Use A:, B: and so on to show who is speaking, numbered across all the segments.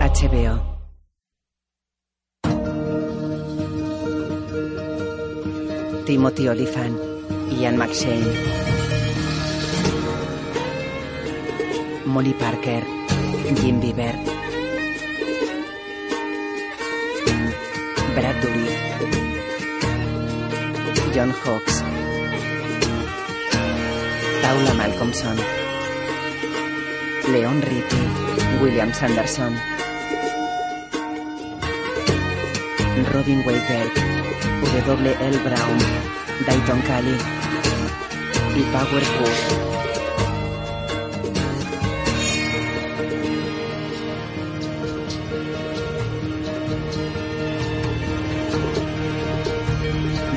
A: HBO. Timothy Olyphant, Ian McShane, Molly Parker, Jim Bieber, Brad Dourif, John Hawkes, Paula Malcolmson, Leon Rippey, William Sanderson, Robin Wakeberg, W.L. Brown, Dayton Cali y Power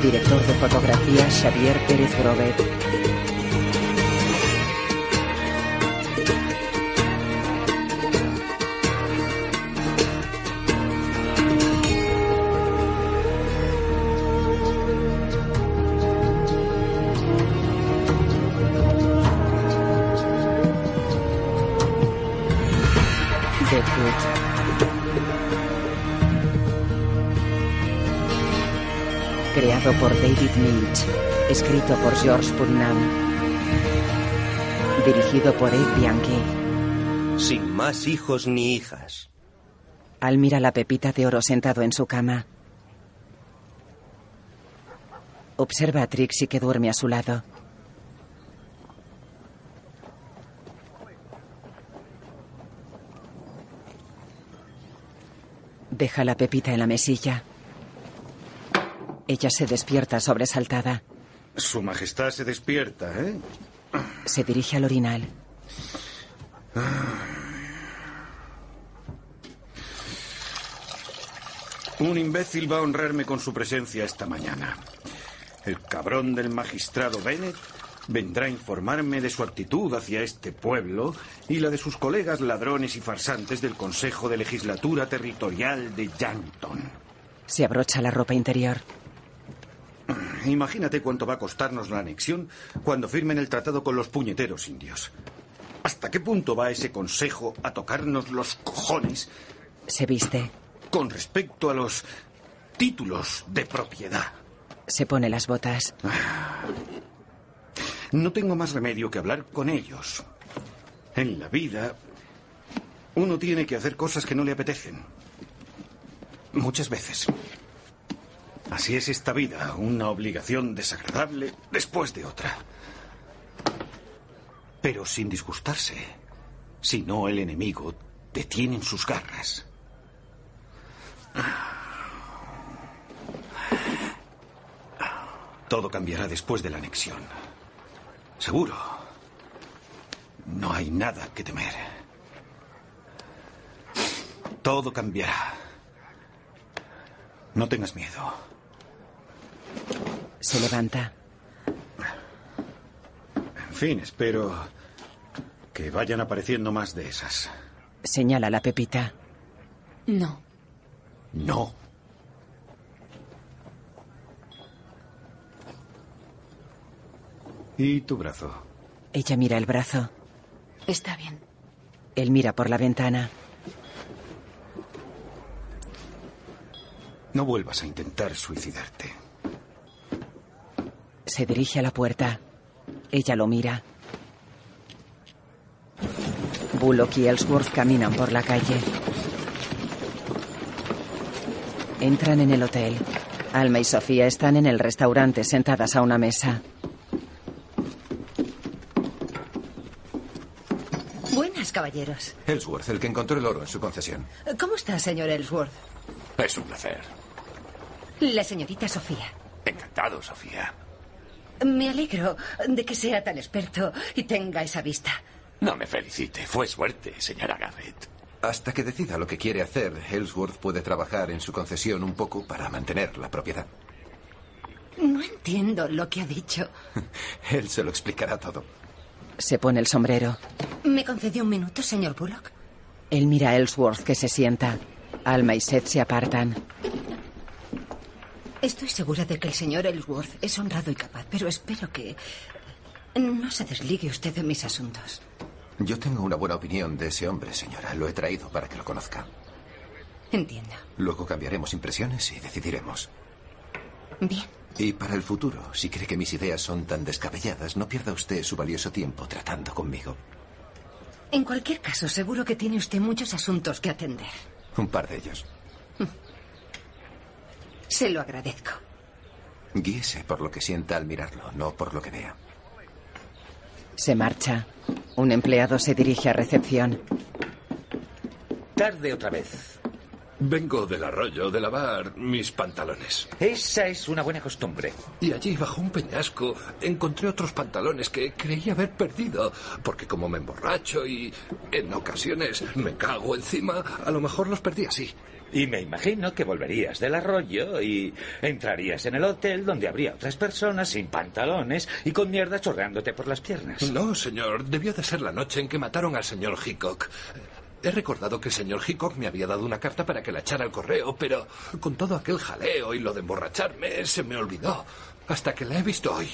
A: Director de fotografía Xavier Pérez Grovet. creado por David Milch, escrito por George Putnam, dirigido por Ed Bianchi.
B: Sin más hijos ni hijas.
A: Al mira la pepita de oro sentado en su cama. Observa a Trixie que duerme a su lado. Deja la pepita en la mesilla. Ella se despierta sobresaltada.
C: Su Majestad se despierta, ¿eh?
A: Se dirige al orinal.
C: Un imbécil va a honrarme con su presencia esta mañana. El cabrón del magistrado Bennett vendrá a informarme de su actitud hacia este pueblo y la de sus colegas ladrones y farsantes del Consejo de Legislatura Territorial de Yankton.
A: Se abrocha la ropa interior.
C: Imagínate cuánto va a costarnos la anexión cuando firmen el tratado con los puñeteros indios. ¿Hasta qué punto va ese consejo a tocarnos los cojones?
A: Se viste.
C: Con respecto a los títulos de propiedad.
A: Se pone las botas.
C: No tengo más remedio que hablar con ellos. En la vida, uno tiene que hacer cosas que no le apetecen. Muchas veces. Así es esta vida, una obligación desagradable después de otra. Pero sin disgustarse, si no el enemigo te tiene en sus garras. Todo cambiará después de la anexión. Seguro. No hay nada que temer. Todo cambiará. No tengas miedo.
A: Se levanta.
C: En fin, espero que vayan apareciendo más de esas.
A: Señala la pepita.
D: No.
C: No. ¿Y tu brazo?
A: Ella mira el brazo.
D: Está bien.
A: Él mira por la ventana.
C: No vuelvas a intentar suicidarte.
A: Se dirige a la puerta. Ella lo mira. Bullock y Ellsworth caminan por la calle. Entran en el hotel. Alma y Sofía están en el restaurante sentadas a una mesa.
E: Buenas, caballeros.
F: Ellsworth, el que encontró el oro en su concesión.
E: ¿Cómo está, señor Ellsworth?
F: Es un placer.
E: La señorita Sofía.
F: Encantado, Sofía.
E: Me alegro de que sea tan experto y tenga esa vista.
F: No me felicite. Fue suerte, señora Garrett. Hasta que decida lo que quiere hacer, Ellsworth puede trabajar en su concesión un poco para mantener la propiedad.
E: No entiendo lo que ha dicho.
F: Él se lo explicará todo.
A: Se pone el sombrero.
E: ¿Me concedió un minuto, señor Bullock?
A: Él mira a Ellsworth que se sienta. Alma y Seth se apartan.
E: Estoy segura de que el señor Ellsworth es honrado y capaz, pero espero que no se desligue usted de mis asuntos.
F: Yo tengo una buena opinión de ese hombre, señora. Lo he traído para que lo conozca.
E: Entiendo.
F: Luego cambiaremos impresiones y decidiremos.
E: Bien.
F: Y para el futuro, si cree que mis ideas son tan descabelladas, no pierda usted su valioso tiempo tratando conmigo.
E: En cualquier caso, seguro que tiene usted muchos asuntos que atender.
F: Un par de ellos.
E: Se lo agradezco.
F: Guíese por lo que sienta al mirarlo, no por lo que vea.
A: Se marcha. Un empleado se dirige a recepción.
G: Tarde otra vez.
H: Vengo del arroyo de lavar mis pantalones.
G: Esa es una buena costumbre.
H: Y allí, bajo un peñasco, encontré otros pantalones que creí haber perdido. Porque como me emborracho y en ocasiones me cago encima, a lo mejor los perdí así.
G: Y me imagino que volverías del arroyo y entrarías en el hotel donde habría otras personas sin pantalones y con mierda chorreándote por las piernas.
H: No, señor, debió de ser la noche en que mataron al señor Hickok. He recordado que el señor Hickok me había dado una carta para que la echara al correo, pero con todo aquel jaleo y lo de emborracharme, se me olvidó. Hasta que la he visto hoy.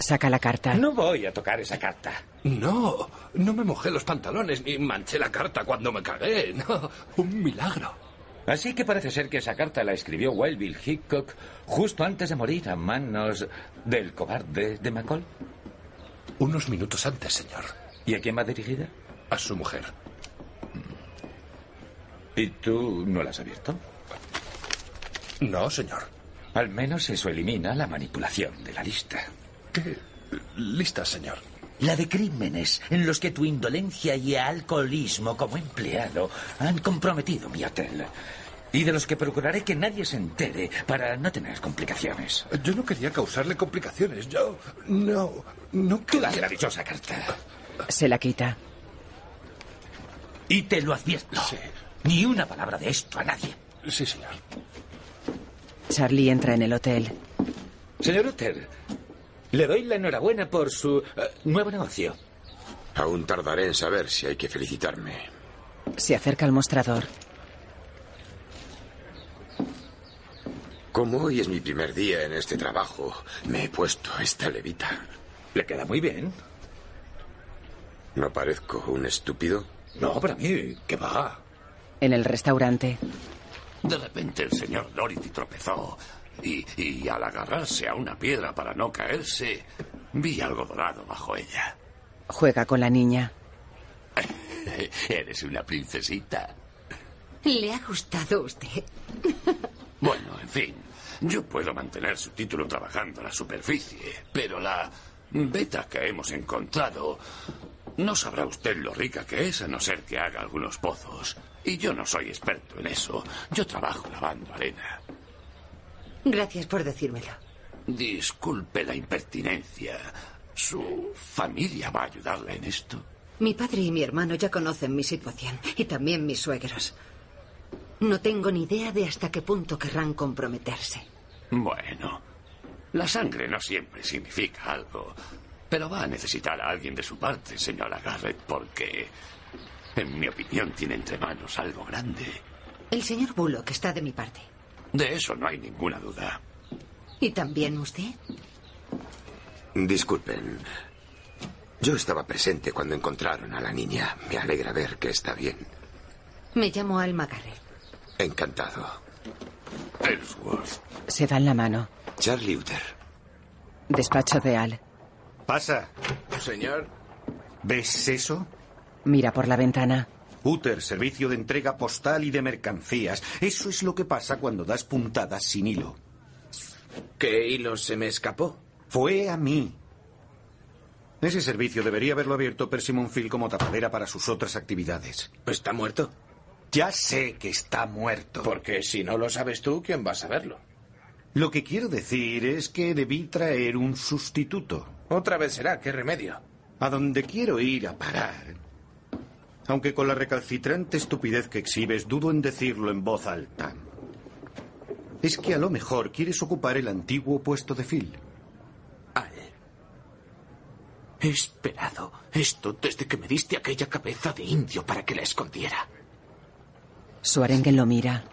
A: Saca la carta.
G: No voy a tocar esa carta.
H: No, no me mojé los pantalones ni manché la carta cuando me cagué. No, un milagro.
G: Así que parece ser que esa carta la escribió Wellville Hickok justo antes de morir a manos del cobarde de McCall.
H: Unos minutos antes, señor.
G: ¿Y a quién va dirigida?
H: A su mujer.
G: ¿Y tú no la has abierto?
H: No, señor.
G: Al menos eso elimina la manipulación de la lista.
H: ¿Qué lista, señor?
I: La de crímenes en los que tu indolencia y alcoholismo como empleado han comprometido mi hotel. Y de los que procuraré que nadie se entere para no tener complicaciones.
H: Yo no quería causarle complicaciones. Yo no, no quería.
I: Dame la dichosa carta.
A: Se la quita.
I: Y te lo advierto.
H: Sí.
I: Ni una palabra de esto a nadie.
H: Sí, señor.
A: Charlie entra en el hotel.
G: Señor Otter, le doy la enhorabuena por su eh, nuevo negocio.
J: Aún tardaré en saber si hay que felicitarme.
A: Se acerca al mostrador.
J: Como hoy es mi primer día en este trabajo, me he puesto esta levita.
G: Le queda muy bien.
J: ¿No parezco un estúpido?
G: No, para mí, que va.
A: En el restaurante.
K: De repente el señor Dorothy tropezó y, y al agarrarse a una piedra para no caerse, vi algo dorado bajo ella.
A: Juega con la niña.
K: Eres una princesita.
E: Le ha gustado a usted.
K: Bueno, en fin, yo puedo mantener su título trabajando a la superficie, pero la beta que hemos encontrado no sabrá usted lo rica que es a no ser que haga algunos pozos. Y yo no soy experto en eso. Yo trabajo lavando arena.
E: Gracias por decírmelo.
K: Disculpe la impertinencia. ¿Su familia va a ayudarla en esto?
E: Mi padre y mi hermano ya conocen mi situación y también mis suegros. No tengo ni idea de hasta qué punto querrán comprometerse.
K: Bueno, la sangre no siempre significa algo. Pero va a necesitar a alguien de su parte, señora Garrett, porque, en mi opinión, tiene entre manos algo grande.
E: El señor Bullock está de mi parte.
K: De eso no hay ninguna duda.
E: ¿Y también usted?
J: Disculpen. Yo estaba presente cuando encontraron a la niña. Me alegra ver que está bien.
E: Me llamo Alma Garrett.
J: Encantado.
K: Ellsworth.
A: Se dan la mano.
J: Charlie Uther.
A: Despacho de Al.
C: Pasa.
J: Señor.
C: ¿Ves eso?
A: Mira por la ventana.
C: Uter, servicio de entrega postal y de mercancías. Eso es lo que pasa cuando das puntadas sin hilo.
L: ¿Qué hilo se me escapó?
C: Fue a mí. Ese servicio debería haberlo abierto Persimmon Phil como tapadera para sus otras actividades.
L: ¿Está muerto?
C: Ya sé que está muerto.
L: Porque si no lo sabes tú, ¿quién va a saberlo?
C: Lo que quiero decir es que debí traer un sustituto.
L: Otra vez será, ¿qué remedio?
C: A donde quiero ir a parar. Aunque con la recalcitrante estupidez que exhibes, dudo en decirlo en voz alta. Es que a lo mejor quieres ocupar el antiguo puesto de Phil.
L: Al. He esperado esto desde que me diste aquella cabeza de indio para que la escondiera.
A: Su arengue lo mira.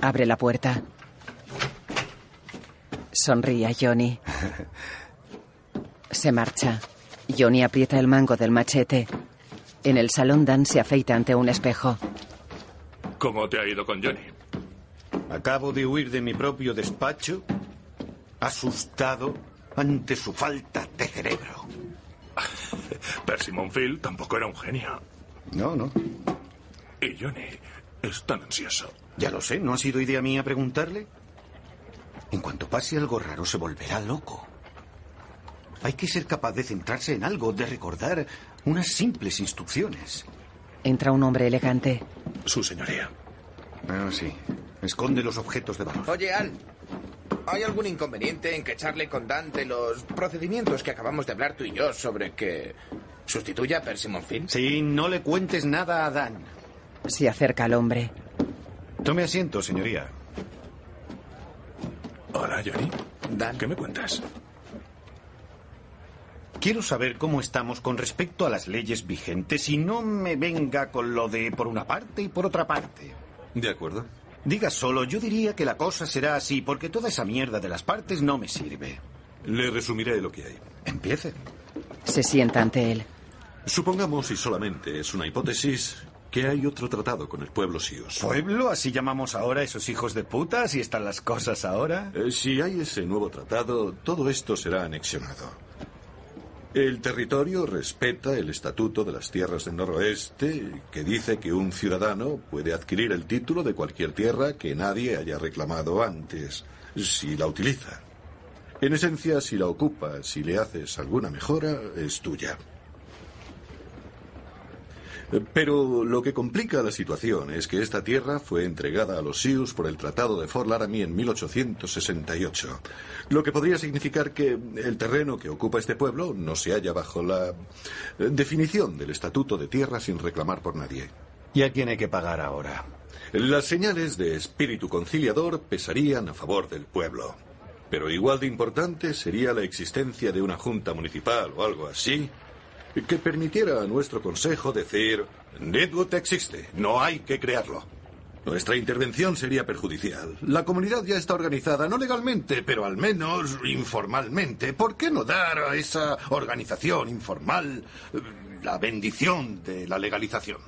A: Abre la puerta. Sonríe a Johnny. Se marcha. Johnny aprieta el mango del machete. En el salón, Dan se afeita ante un espejo.
C: ¿Cómo te ha ido con Johnny? Acabo de huir de mi propio despacho, asustado ante su falta de cerebro.
M: Percy Monfield tampoco era un genio.
C: No, no.
M: Y Johnny es tan ansioso.
C: Ya lo sé, ¿no ha sido idea mía preguntarle? En cuanto pase algo raro, se volverá loco. Hay que ser capaz de centrarse en algo, de recordar unas simples instrucciones.
A: Entra un hombre elegante.
C: Su señoría. Ah, sí. Esconde los objetos de valor.
N: Oye, Al, ¿hay algún inconveniente en que charle con Dan de los procedimientos que acabamos de hablar tú y yo sobre que sustituya a Percy Monfils?
C: Sí, no le cuentes nada a Dan.
A: Se acerca al hombre.
C: Tome asiento, señoría.
M: Hola, Johnny. Dan. ¿Qué me cuentas?
C: Quiero saber cómo estamos con respecto a las leyes vigentes y no me venga con lo de por una parte y por otra parte.
F: De acuerdo.
C: Diga solo, yo diría que la cosa será así porque toda esa mierda de las partes no me sirve.
M: Le resumiré lo que hay.
C: Empiece.
A: Se sienta ante él.
M: Supongamos, y solamente es una hipótesis, que hay otro tratado con el pueblo Sius.
C: ¿Pueblo? ¿Así llamamos ahora a esos hijos de puta? ¿Así están las cosas ahora?
M: Eh, Si hay ese nuevo tratado, todo esto será anexionado. El territorio respeta el Estatuto de las Tierras del Noroeste, que dice que un ciudadano puede adquirir el título de cualquier tierra que nadie haya reclamado antes, si la utiliza. En esencia, si la ocupa, si le haces alguna mejora, es tuya. Pero lo que complica la situación es que esta tierra fue entregada a los Sioux por el Tratado de Fort Laramie en 1868, lo que podría significar que el terreno que ocupa este pueblo no se halla bajo la eh, definición del Estatuto de Tierra sin reclamar por nadie.
C: ¿Y a quién hay que pagar ahora?
M: Las señales de espíritu conciliador pesarían a favor del pueblo. Pero igual de importante sería la existencia de una junta municipal o algo así que permitiera a nuestro consejo decir, Deadwood existe, no hay que crearlo. Nuestra intervención sería perjudicial. La comunidad ya está organizada, no legalmente, pero al menos informalmente. ¿Por qué no dar a esa organización informal eh, la bendición de la legalización?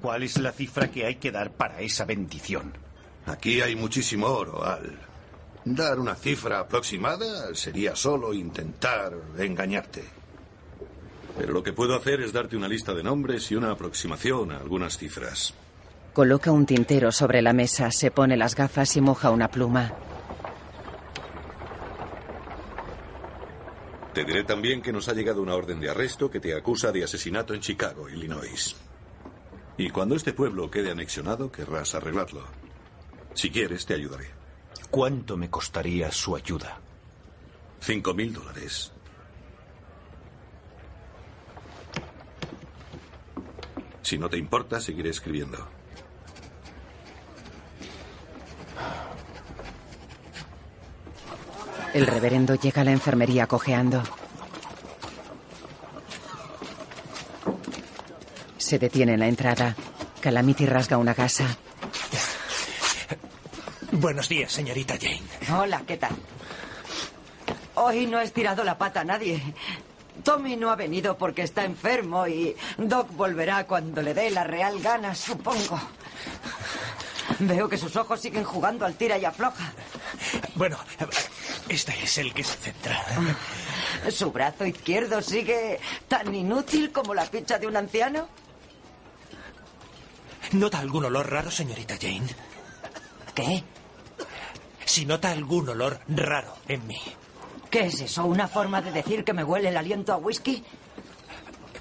C: ¿Cuál es la cifra que hay que dar para esa bendición?
M: Aquí hay muchísimo oro, Al. Dar una cifra aproximada sería solo intentar engañarte. Pero lo que puedo hacer es darte una lista de nombres y una aproximación a algunas cifras.
A: Coloca un tintero sobre la mesa, se pone las gafas y moja una pluma.
M: Te diré también que nos ha llegado una orden de arresto que te acusa de asesinato en Chicago, Illinois. Y cuando este pueblo quede anexionado, querrás arreglarlo. Si quieres, te ayudaré.
C: ¿Cuánto me costaría su ayuda?
M: Cinco mil dólares. Si no te importa, seguiré escribiendo.
A: El reverendo llega a la enfermería cojeando. Se detiene en la entrada. Calamity rasga una gasa.
O: Buenos días, señorita Jane.
E: Hola, ¿qué tal? Hoy no he estirado la pata a nadie. Tommy no ha venido porque está enfermo y Doc volverá cuando le dé la real gana, supongo. Veo que sus ojos siguen jugando al tira y afloja.
O: Bueno, este es el que se centra.
E: ¿Su brazo izquierdo sigue tan inútil como la ficha de un anciano?
O: ¿Nota algún olor raro, señorita Jane?
E: ¿Qué?
O: Si nota algún olor raro en mí.
E: ¿Qué es eso? ¿Una forma de decir que me huele el aliento a whisky?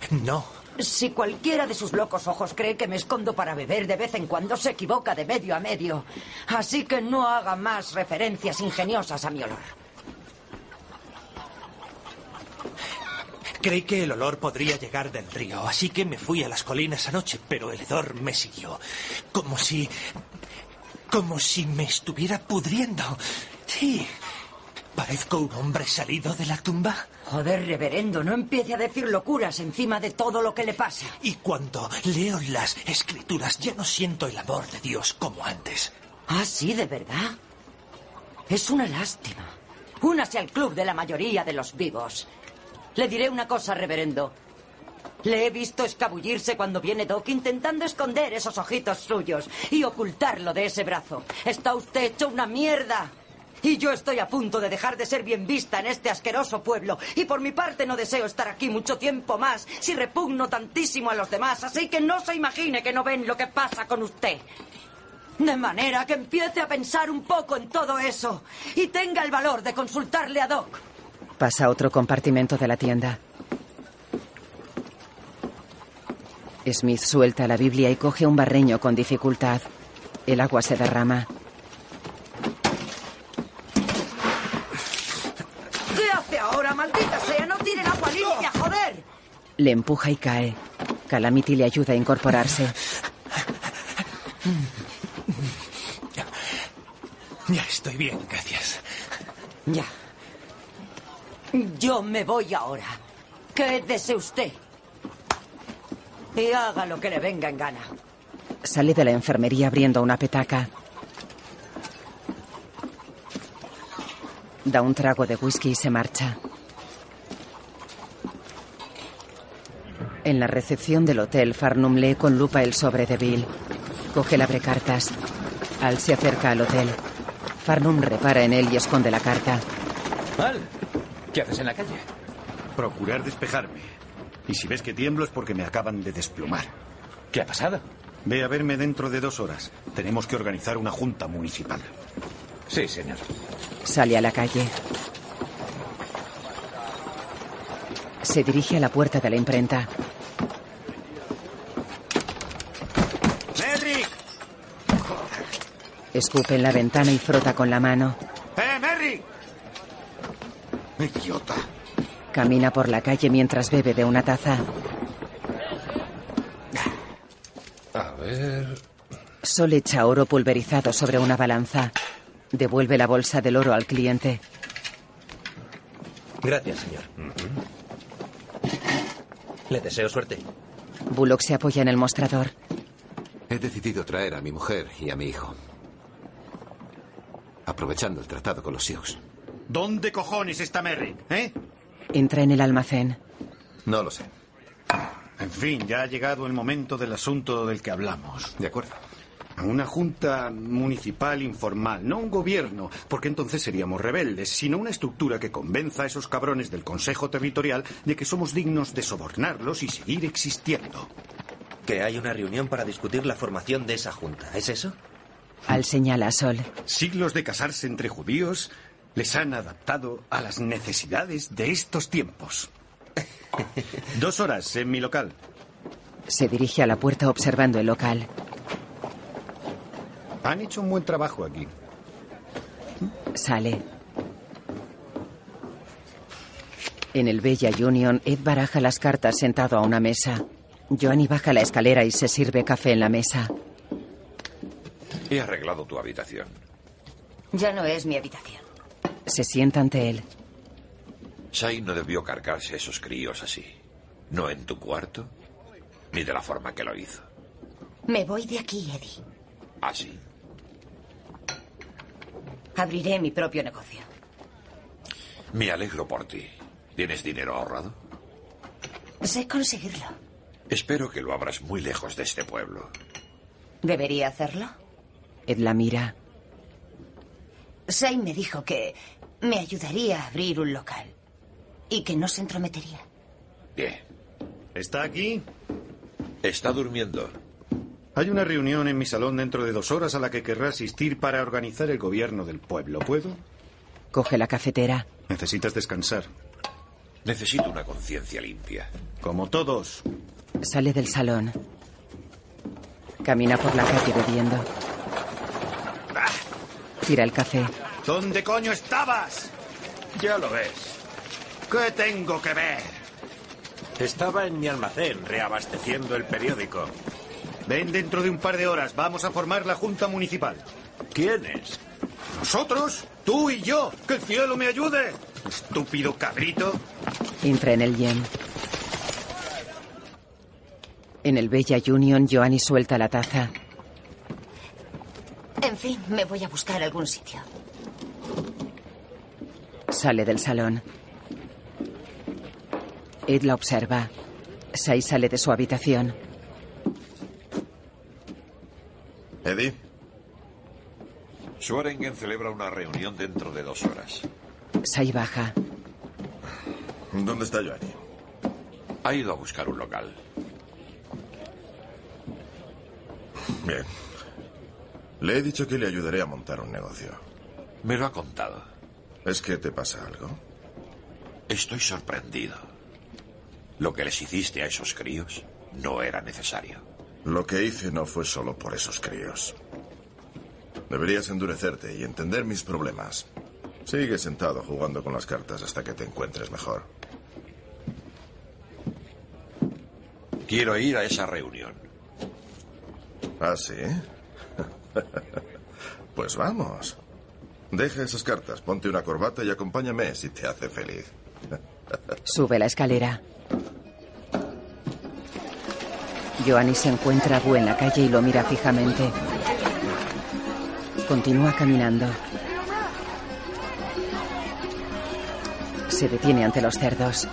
O: No.
E: Si cualquiera de sus locos ojos cree que me escondo para beber de vez en cuando, se equivoca de medio a medio. Así que no haga más referencias ingeniosas a mi olor.
O: Creí que el olor podría llegar del río, así que me fui a las colinas anoche, pero el hedor me siguió. Como si... como si me estuviera pudriendo. Sí. Parezco un hombre salido de la tumba.
E: Joder, reverendo, no empiece a decir locuras encima de todo lo que le pasa.
O: Y cuando leo las escrituras ya no siento el amor de Dios como antes.
E: Ah, sí, de verdad. Es una lástima. Únase al club de la mayoría de los vivos. Le diré una cosa, reverendo. Le he visto escabullirse cuando viene Doc intentando esconder esos ojitos suyos y ocultarlo de ese brazo. Está usted hecho una mierda. Y yo estoy a punto de dejar de ser bien vista en este asqueroso pueblo. Y por mi parte no deseo estar aquí mucho tiempo más si repugno tantísimo a los demás. Así que no se imagine que no ven lo que pasa con usted. De manera que empiece a pensar un poco en todo eso y tenga el valor de consultarle a Doc.
A: Pasa a otro compartimento de la tienda. Smith suelta la Biblia y coge un barreño con dificultad. El agua se derrama.
E: ¿Qué hace ahora, maldita sea? No tiene el agua limpia, joder.
A: Le empuja y cae. Calamity le ayuda a incorporarse.
O: Ya estoy bien, gracias.
E: Ya. Yo me voy ahora. Quédese usted. Y haga lo que le venga en gana.
A: Sale de la enfermería abriendo una petaca. Da un trago de whisky y se marcha. En la recepción del hotel, Farnum lee con lupa el sobre de Bill. Coge el abrecartas. Al se acerca al hotel. Farnum repara en él y esconde la carta.
G: Al, ¿qué haces en la calle?
C: Procurar despejarme. Y si ves que tiemblo es porque me acaban de desplumar.
G: ¿Qué ha pasado?
C: Ve a verme dentro de dos horas. Tenemos que organizar una junta municipal.
G: Sí, señor.
A: Sale a la calle. Se dirige a la puerta de la imprenta.
B: ¡Merrick!
A: Escupe en la ventana y frota con la mano.
B: ¡Eh, Merrick!
J: Idiota.
A: Camina por la calle mientras bebe de una taza.
H: A ver.
A: Sol echa oro pulverizado sobre una balanza. Devuelve la bolsa del oro al cliente.
L: Gracias, señor. Le deseo suerte.
A: Bullock se apoya en el mostrador.
F: He decidido traer a mi mujer y a mi hijo. Aprovechando el tratado con los Sioux.
C: ¿Dónde cojones está Merrick? ¿Eh?
A: Entra en el almacén.
F: No lo sé.
C: En fin, ya ha llegado el momento del asunto del que hablamos.
F: De acuerdo.
C: Una junta municipal informal, no un gobierno, porque entonces seríamos rebeldes, sino una estructura que convenza a esos cabrones del Consejo Territorial de que somos dignos de sobornarlos y seguir existiendo.
L: Que hay una reunión para discutir la formación de esa junta, ¿es eso?
A: Al señala a Sol.
C: Siglos de casarse entre judíos les han adaptado a las necesidades de estos tiempos. Dos horas en mi local.
A: Se dirige a la puerta observando el local.
C: Han hecho un buen trabajo aquí.
A: Sale. En el Bella Union, Ed baraja las cartas sentado a una mesa. Joanny baja la escalera y se sirve café en la mesa.
P: He arreglado tu habitación.
D: Ya no es mi habitación.
A: Se sienta ante él.
P: Shai no debió cargarse esos críos así. No en tu cuarto, ni de la forma que lo hizo.
D: Me voy de aquí, Eddie.
P: Así.
D: Abriré mi propio negocio.
P: Me alegro por ti. ¿Tienes dinero ahorrado?
D: Sé conseguirlo.
P: Espero que lo abras muy lejos de este pueblo.
D: ¿Debería hacerlo?
A: Ed la mira.
D: Shane me dijo que me ayudaría a abrir un local y que no se entrometería.
P: Bien.
C: ¿Está aquí?
P: Está durmiendo.
C: Hay una reunión en mi salón dentro de dos horas a la que querrá asistir para organizar el gobierno del pueblo. ¿Puedo?
A: Coge la cafetera.
C: Necesitas descansar.
P: Necesito una conciencia limpia.
C: Como todos.
A: Sale del salón. Camina por la calle bebiendo. Tira el café.
B: ¿Dónde coño estabas? Ya lo ves. ¿Qué tengo que ver? Estaba en mi almacén reabasteciendo el periódico.
C: Ven dentro de un par de horas. Vamos a formar la Junta Municipal.
B: ¿Quiénes?
C: ¿Nosotros? ¿Tú y yo? ¡Que el cielo me ayude! Estúpido cabrito.
A: Entra en el yen. En el Bella Union, Joanny suelta la taza.
D: En fin, me voy a buscar algún sitio.
A: Sale del salón. Ed la observa. Sai sale de su habitación.
G: Eddie. Swaringen celebra una reunión dentro de dos horas.
A: Sai baja.
G: ¿Dónde está Joanny? Ha ido a buscar un local.
Q: Bien. Le he dicho que le ayudaré a montar un negocio.
G: Me lo ha contado.
Q: ¿Es que te pasa algo?
G: Estoy sorprendido. Lo que les hiciste a esos críos no era necesario.
Q: Lo que hice no fue solo por esos críos. Deberías endurecerte y entender mis problemas. Sigue sentado jugando con las cartas hasta que te encuentres mejor.
G: Quiero ir a esa reunión.
Q: ¿Ah, sí? pues vamos. Deja esas cartas, ponte una corbata y acompáñame si te hace feliz.
A: Sube la escalera. Joanny se encuentra a Boo en la calle y lo mira fijamente. Continúa caminando. Se detiene ante los cerdos.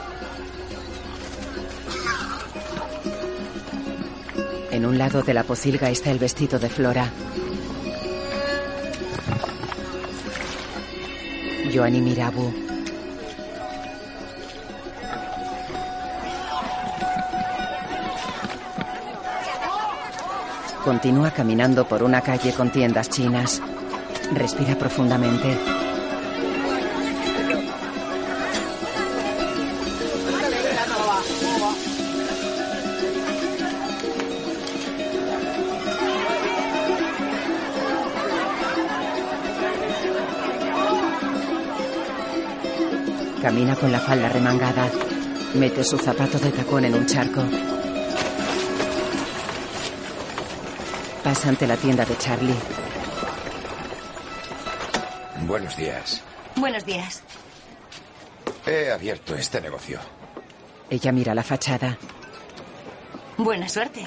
A: En un lado de la pocilga está el vestido de Flora. Joanny mira a Boo. Continúa caminando por una calle con tiendas chinas. Respira profundamente. Camina con la falda remangada. Mete su zapato de tacón en un charco. Pasa ante la tienda de Charlie.
J: Buenos días.
D: Buenos días.
J: He abierto este negocio.
A: Ella mira la fachada.
D: Buena suerte.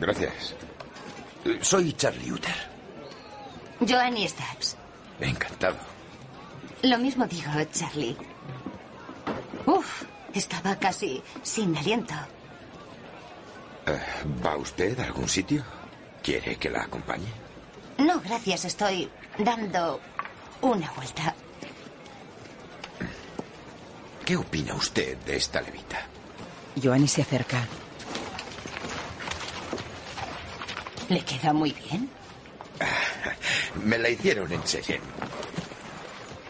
J: Gracias. Soy Charlie Uter.
D: Joanny Stabs.
J: Encantado.
D: Lo mismo digo, Charlie. Uf, estaba casi sin aliento.
J: Eh, ¿Va usted a algún sitio? ¿Quiere que la acompañe?
D: No, gracias, estoy dando una vuelta.
J: ¿Qué opina usted de esta levita?
A: Joanny se acerca.
D: Le queda muy bien.
J: Me la hicieron en Cheyenne.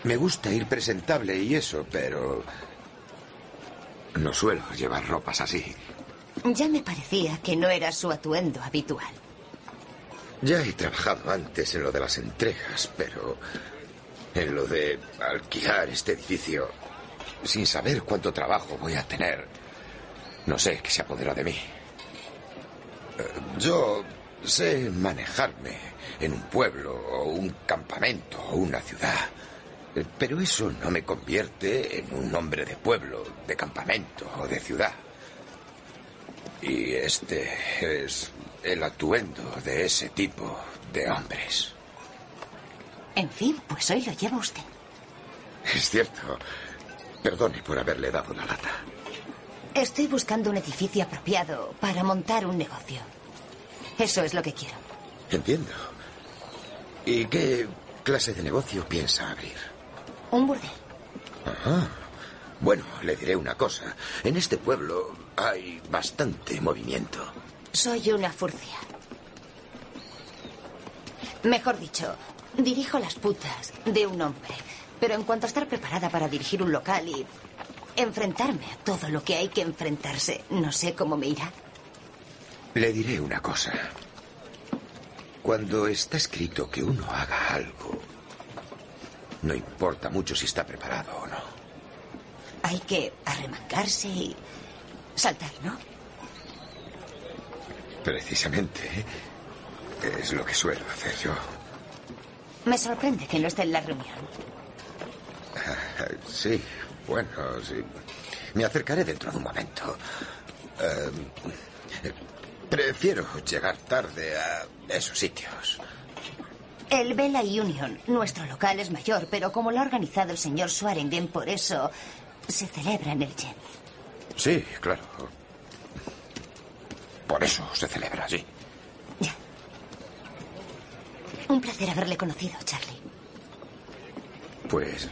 J: Me gusta ir presentable y eso, pero... No suelo llevar ropas así.
D: Ya me parecía que no era su atuendo habitual.
J: Ya he trabajado antes en lo de las entregas, pero en lo de alquilar este edificio, sin saber cuánto trabajo voy a tener, no sé qué se apodera de mí. Eh, Yo sé manejarme en un pueblo o un campamento o una ciudad, eh, pero eso no me convierte en un hombre de pueblo, de campamento o de ciudad. Y este es el atuendo de ese tipo de hombres.
D: En fin, pues hoy lo lleva usted.
J: Es cierto. Perdone por haberle dado la lata.
D: Estoy buscando un edificio apropiado para montar un negocio. Eso es lo que quiero.
J: Entiendo. ¿Y qué clase de negocio piensa abrir?
D: Un burdel.
J: Ajá. Bueno, le diré una cosa. En este pueblo hay bastante movimiento.
D: Soy una furcia. Mejor dicho, dirijo las putas de un hombre. Pero en cuanto a estar preparada para dirigir un local y enfrentarme a todo lo que hay que enfrentarse, no sé cómo me irá.
J: Le diré una cosa. Cuando está escrito que uno haga algo, no importa mucho si está preparado o no.
D: Hay que arremangarse y saltar, ¿no?
J: Precisamente ¿eh? es lo que suelo hacer yo.
D: Me sorprende que no esté en la reunión.
J: Sí, bueno, sí. Me acercaré dentro de un momento. Eh, prefiero llegar tarde a esos sitios.
D: El Vela Union, nuestro local es mayor, pero como lo ha organizado el señor Swaringen, por eso se celebra en el Yen.
J: Sí, claro. Por eso se celebra, sí.
D: Un placer haberle conocido, Charlie.
J: Pues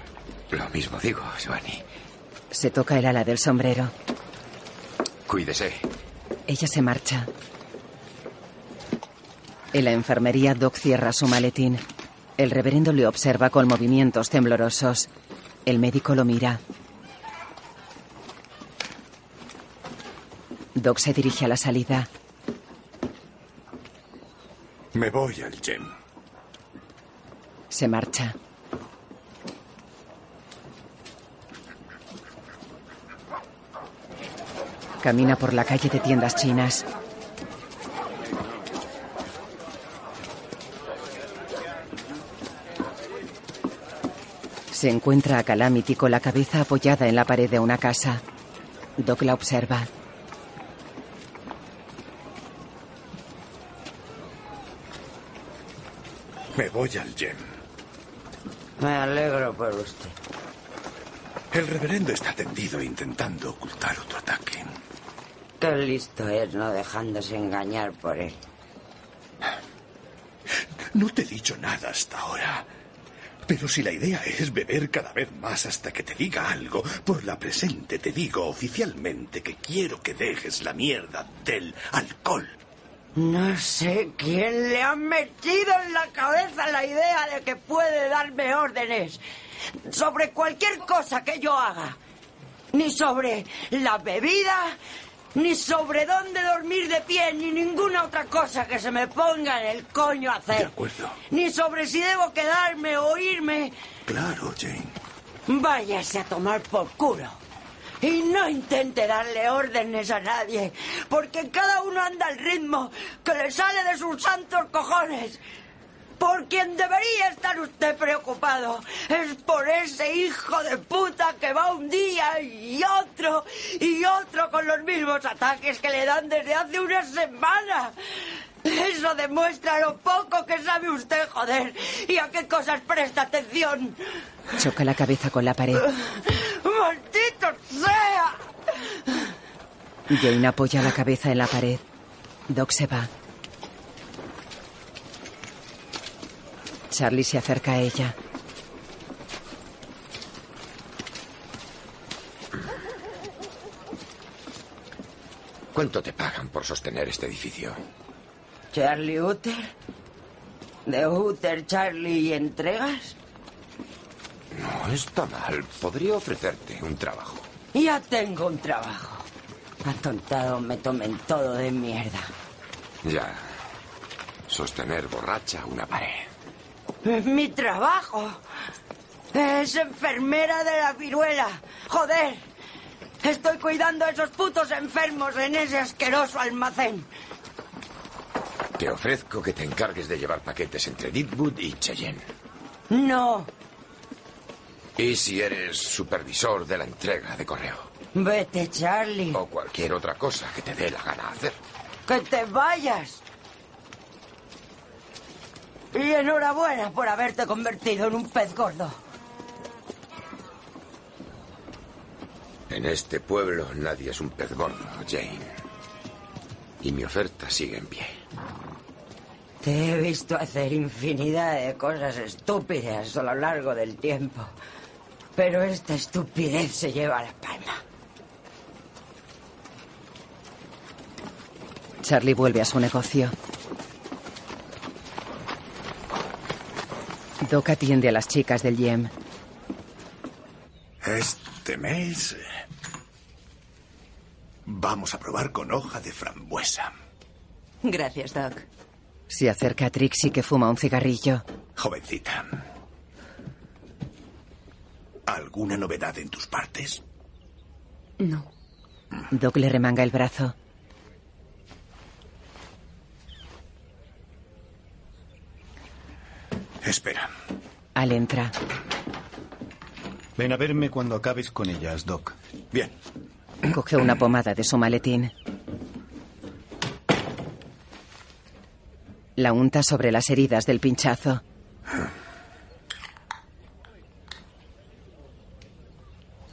J: lo mismo digo, Giovanni.
A: Se toca el ala del sombrero.
J: Cuídese.
A: Ella se marcha. En la enfermería, Doc cierra su maletín. El reverendo le observa con movimientos temblorosos. El médico lo mira. Doc se dirige a la salida.
R: Me voy al gym.
A: Se marcha. Camina por la calle de tiendas chinas. Se encuentra a Calamity con la cabeza apoyada en la pared de una casa. Doc la observa.
R: Me voy al gym.
E: Me alegro por usted.
R: El reverendo está tendido intentando ocultar otro ataque.
S: Qué listo es no dejándose engañar por él.
R: No te he dicho nada hasta ahora. Pero si la idea es beber cada vez más hasta que te diga algo, por la presente te digo oficialmente que quiero que dejes la mierda del alcohol.
S: No sé
E: ¿Quién le ha metido en la cabeza la idea de que puede darme órdenes sobre cualquier cosa que yo haga? Ni sobre la bebida, ni sobre dónde dormir de pie, ni ninguna otra cosa que se me ponga en el coño a hacer. Ni sobre si debo quedarme o irme.
R: Claro, Jane.
E: Váyase a tomar por culo. Y no intente darle órdenes a nadie, porque cada uno anda al ritmo que le sale de sus santos cojones. Por quien debería estar usted preocupado es por ese hijo de puta que va un día y otro y otro con los mismos ataques que le dan desde hace una semana. Eso demuestra lo poco que sabe usted, joder, y a qué cosas presta atención.
A: Choca la cabeza con la pared.
E: ¡Maldito sea!
A: Jane apoya la cabeza en la pared. Doc se va. Charlie se acerca a ella.
J: ¿Cuánto te pagan por sostener este edificio?
S: Charlie Uther. De Uther, Charlie y entregas.
J: No está mal. Podría ofrecerte un trabajo.
S: Ya tengo un trabajo. Atontado me tomen todo de mierda.
J: Ya. Sostener borracha una pared.
E: Es mi trabajo. Es enfermera de la viruela. Joder. Estoy cuidando a esos putos enfermos en ese asqueroso almacén.
J: Te ofrezco que te encargues de llevar paquetes entre Deadwood y Cheyenne.
E: No.
J: Y si eres supervisor de la entrega de correo.
S: Vete, Charlie.
J: O cualquier otra cosa que te dé la gana hacer.
E: Que te vayas. Y enhorabuena por haberte convertido en un pez gordo.
J: En este pueblo nadie es un pez gordo, Jane. Y mi oferta sigue en pie.
S: Te he visto hacer infinidad de cosas estúpidas a lo largo del tiempo. Pero esta estupidez se lleva la palma.
A: Charlie vuelve a su negocio. Doc atiende a las chicas del YEM.
R: Este mes eh, vamos a probar con hoja de frambuesa.
T: Gracias, Doc.
A: Se acerca a Trixie que fuma un cigarrillo.
R: Jovencita. ¿Alguna novedad en tus partes?
T: No.
A: Doc le remanga el brazo.
R: Espera.
A: Al entra.
C: Ven a verme cuando acabes con ellas, Doc.
R: Bien.
A: Coge una pomada de su maletín. La unta sobre las heridas del pinchazo.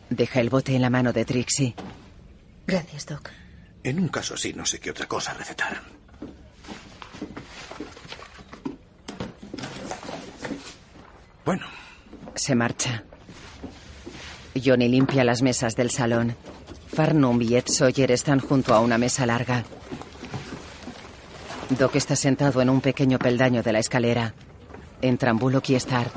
A: Deja el bote en la mano de Trixie.
T: Gracias, Doc.
R: En un caso así, no sé qué otra cosa recetar. Bueno.
A: Se marcha. Johnny limpia las mesas del salón. Farnum y Ed Sawyer están junto a una mesa larga. Doc está sentado en un pequeño peldaño de la escalera. Entran Bullock y Starr.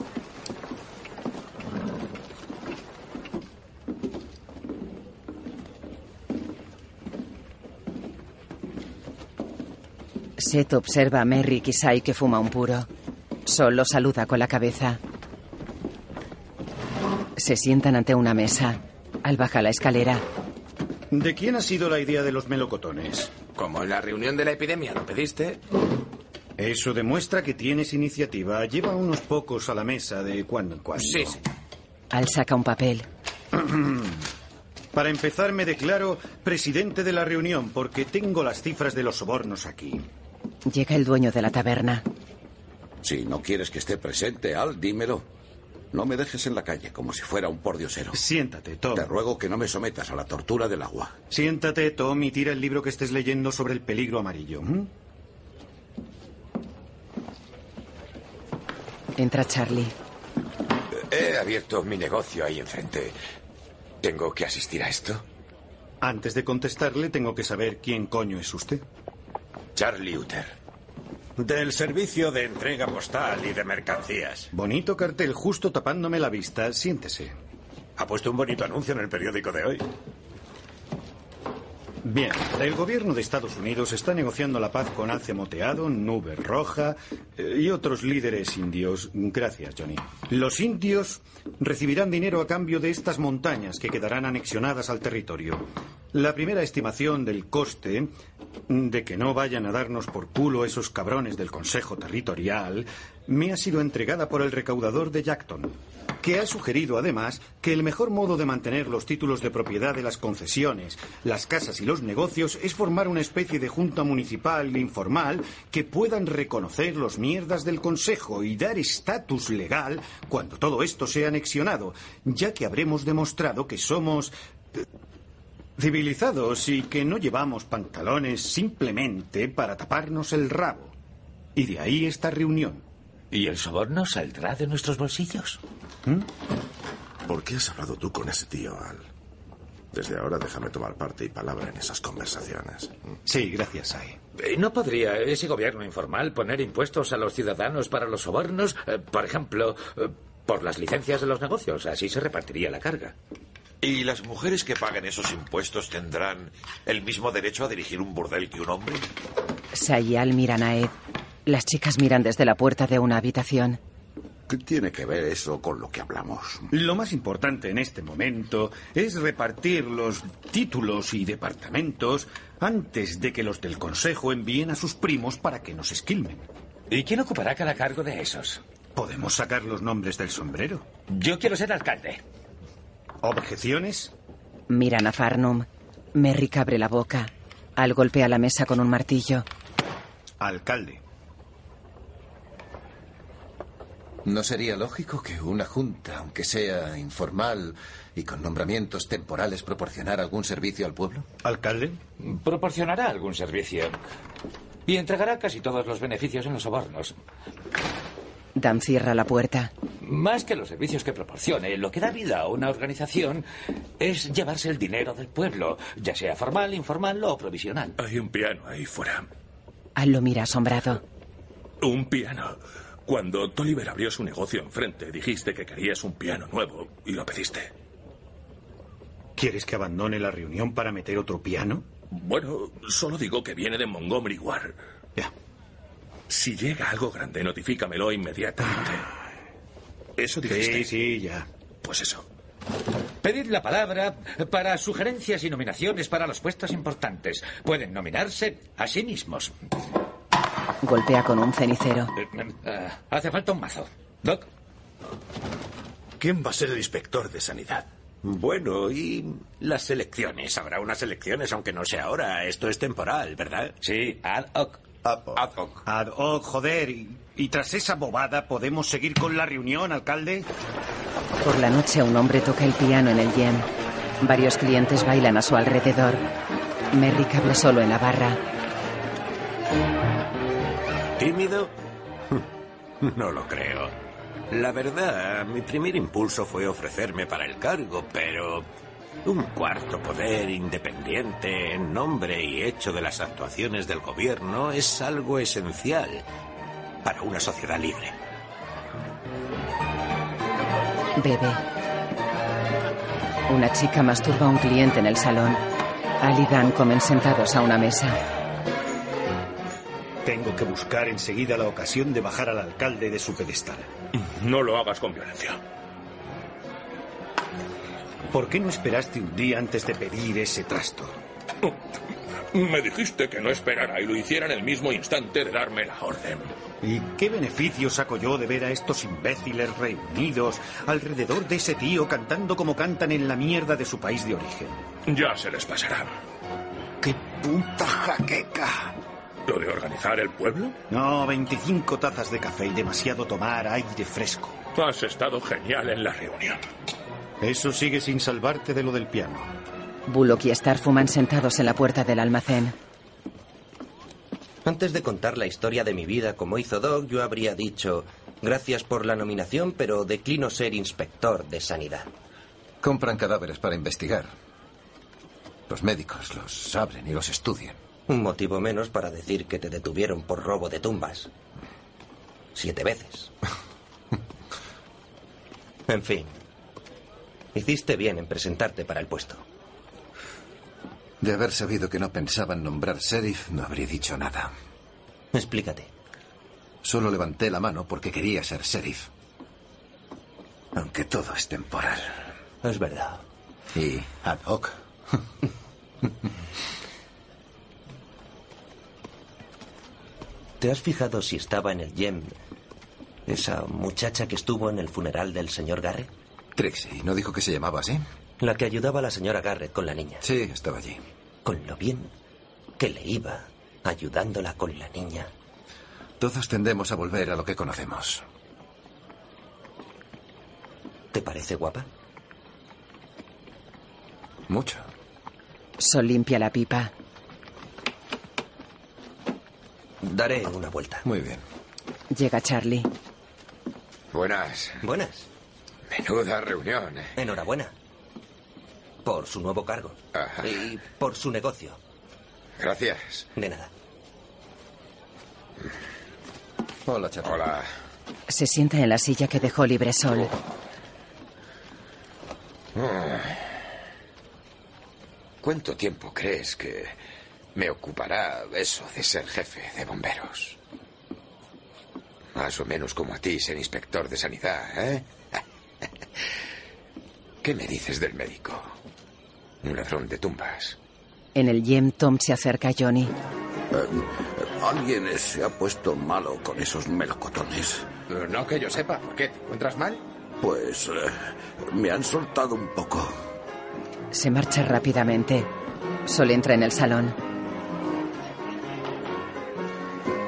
A: Seth observa a Merrick y Sai que fuma un puro. Solo saluda con la cabeza. Se sientan ante una mesa. Al baja la escalera.
C: ¿De quién ha sido la idea de los melocotones?
N: Como en la reunión de la epidemia lo pediste.
C: Eso demuestra que tienes iniciativa. Lleva unos pocos a la mesa de cuando en cuando.
N: Sí, sí.
A: Al saca un papel.
C: Para empezar, me declaro presidente de la reunión porque tengo las cifras de los sobornos aquí.
A: Llega el dueño de la taberna.
J: Si no quieres que esté presente, Al, dímelo. No me dejes en la calle como si fuera un pordiosero.
C: Siéntate, Tom.
J: Te ruego que no me sometas a la tortura del agua.
C: Siéntate, Tom, y tira el libro que estés leyendo sobre el peligro amarillo. ¿Mm?
A: Entra Charlie.
J: He abierto mi negocio ahí enfrente. ¿Tengo que asistir a esto?
C: Antes de contestarle, tengo que saber quién coño es usted.
J: Charlie Uther.
B: Del servicio de entrega postal y de mercancías.
C: Bonito cartel justo tapándome la vista. Siéntese.
B: Ha puesto un bonito anuncio en el periódico de hoy.
C: Bien, el gobierno de Estados Unidos está negociando la paz con Alce Moteado, Nube Roja eh, y otros líderes indios. Gracias, Johnny. Los indios recibirán dinero a cambio de estas montañas que quedarán anexionadas al territorio. La primera estimación del coste de que no vayan a darnos por culo esos cabrones del Consejo Territorial me ha sido entregada por el recaudador de Jackton, que ha sugerido además que el mejor modo de mantener los títulos de propiedad de las concesiones, las casas y los negocios es formar una especie de junta municipal informal que puedan reconocer los mierdas del Consejo y dar estatus legal cuando todo esto sea anexionado, ya que habremos demostrado que somos eh, civilizados y que no llevamos pantalones simplemente para taparnos el rabo. Y de ahí esta reunión.
I: ¿Y el soborno saldrá de nuestros bolsillos?
Q: ¿Por qué has hablado tú con ese tío, Al? Desde ahora déjame tomar parte y palabra en esas conversaciones.
C: Sí, gracias, Sai.
G: Eh, ¿No podría ese gobierno informal poner impuestos a los ciudadanos para los sobornos? Eh, por ejemplo, eh, por las licencias de los negocios. Así se repartiría la carga.
P: ¿Y las mujeres que paguen esos impuestos tendrán el mismo derecho a dirigir un burdel que un hombre?
A: Sai y Al miran a Ed. Las chicas miran desde la puerta de una habitación.
J: ¿Qué tiene que ver eso con lo que hablamos?
C: Lo más importante en este momento es repartir los títulos y departamentos antes de que los del Consejo envíen a sus primos para que nos esquilmen.
G: ¿Y quién ocupará cada cargo de esos?
C: ¿Podemos sacar los nombres del sombrero?
G: Yo quiero ser alcalde.
C: ¿Objeciones?
A: Miran a Farnum. Merrick abre la boca. Al golpea la mesa con un martillo.
C: Alcalde.
F: ¿No sería lógico que una junta, aunque sea informal y con nombramientos temporales, proporcionara algún servicio al pueblo?
C: ¿Alcalde?
G: Proporcionará algún servicio. Y entregará casi todos los beneficios en los sobornos.
A: Dan cierra la puerta.
G: Más que los servicios que proporcione, lo que da vida a una organización es llevarse el dinero del pueblo, ya sea formal, informal o provisional.
R: Hay un piano ahí fuera.
A: Al lo mira asombrado.
R: Un piano. Cuando Tolliver abrió su negocio enfrente, dijiste que querías un piano nuevo y lo pediste.
C: ¿Quieres que abandone la reunión para meter otro piano?
R: Bueno, solo digo que viene de Montgomery Ward.
C: Ya.
R: Si llega algo grande, notifícamelo inmediatamente. Eso
C: Sí,
R: dijiste.
C: sí, ya.
R: Pues eso.
G: Pedid la palabra para sugerencias y nominaciones para los puestos importantes. Pueden nominarse a sí mismos.
A: Golpea con un cenicero.
G: Eh, eh, hace falta un mazo. Doc.
R: ¿Quién va a ser el inspector de sanidad?
B: Bueno, y las elecciones. Habrá unas elecciones, aunque no sea ahora. Esto es temporal, ¿verdad?
G: Sí, ad hoc.
B: Ad hoc. Ad hoc.
C: Ad hoc, joder. Y, y tras esa bobada, ¿podemos seguir con la reunión, alcalde?
A: Por la noche un hombre toca el piano en el yem. Varios clientes bailan a su alrededor. Merrick habla solo en la barra.
G: ¿Tímido? No lo creo. La verdad, mi primer impulso fue ofrecerme para el cargo, pero un cuarto poder independiente en nombre y hecho de las actuaciones del gobierno es algo esencial para una sociedad libre.
A: Bebe. Una chica masturba a un cliente en el salón. Al y Dan comen sentados a una mesa.
C: Tengo que buscar enseguida la ocasión de bajar al alcalde de su pedestal.
U: No lo hagas con violencia.
C: ¿Por qué no esperaste un día antes de pedir ese trasto?
U: Me dijiste que no esperara y lo hiciera en el mismo instante de darme la orden.
C: ¿Y qué beneficio saco yo de ver a estos imbéciles reunidos alrededor de ese tío cantando como cantan en la mierda de su país de origen?
U: Ya se les pasará.
C: ¡Qué puta jaqueca!
U: ¿Lo de organizar el pueblo?
C: No, 25 tazas de café y demasiado tomar aire fresco.
U: Has estado genial en la reunión.
C: Eso sigue sin salvarte de lo del piano.
A: Bullock y Star fuman sentados en la puerta del almacén.
V: Antes de contar la historia de mi vida como hizo Doc, yo habría dicho, gracias por la nominación, pero declino ser inspector de sanidad.
F: Compran cadáveres para investigar. Los médicos los abren y los estudian.
V: Un motivo menos para decir que te detuvieron por robo de tumbas. Siete veces. en fin, hiciste bien en presentarte para el puesto.
F: De haber sabido que no pensaban nombrar sheriff, no habría dicho nada.
V: Explícate.
F: Solo levanté la mano porque quería ser sheriff. Aunque todo es temporal.
V: Es verdad.
F: Y ad hoc.
V: ¿Te has fijado si estaba en el Yem esa muchacha que estuvo en el funeral del señor Garrett?
F: Trixie, ¿no dijo que se llamaba así?
V: La que ayudaba a la señora Garrett con la niña.
F: Sí, estaba allí.
V: Con lo bien que le iba ayudándola con la niña.
F: Todos tendemos a volver a lo que conocemos.
V: ¿Te parece guapa?
F: Mucho.
A: Sol limpia la pipa.
V: Daré una vuelta.
F: Muy bien.
A: Llega Charlie.
J: Buenas.
V: Buenas.
J: Menuda reunión.
F: ¿eh?
V: Enhorabuena. Por su nuevo cargo.
J: Ajá.
V: Y por su negocio.
J: Gracias.
V: De nada.
F: Hola, Charlie.
J: Hola.
A: Se sienta en la silla que dejó libre Sol.
F: Oh.
J: Ah. ¿Cuánto tiempo crees que me ocupará eso de ser jefe de bomberos? Más o menos como a ti, ser inspector de sanidad, ¿eh? ¿Qué me dices del médico? Un ladrón de tumbas.
A: En el Yem, Tom se acerca a Johnny.
W: Eh, Alguien se ha puesto malo con esos melocotones.
X: Eh, No que yo sepa, ¿por qué? ¿Te encuentras mal?
W: Pues eh, me han soltado un poco.
A: Se marcha rápidamente. Sol entra en el salón.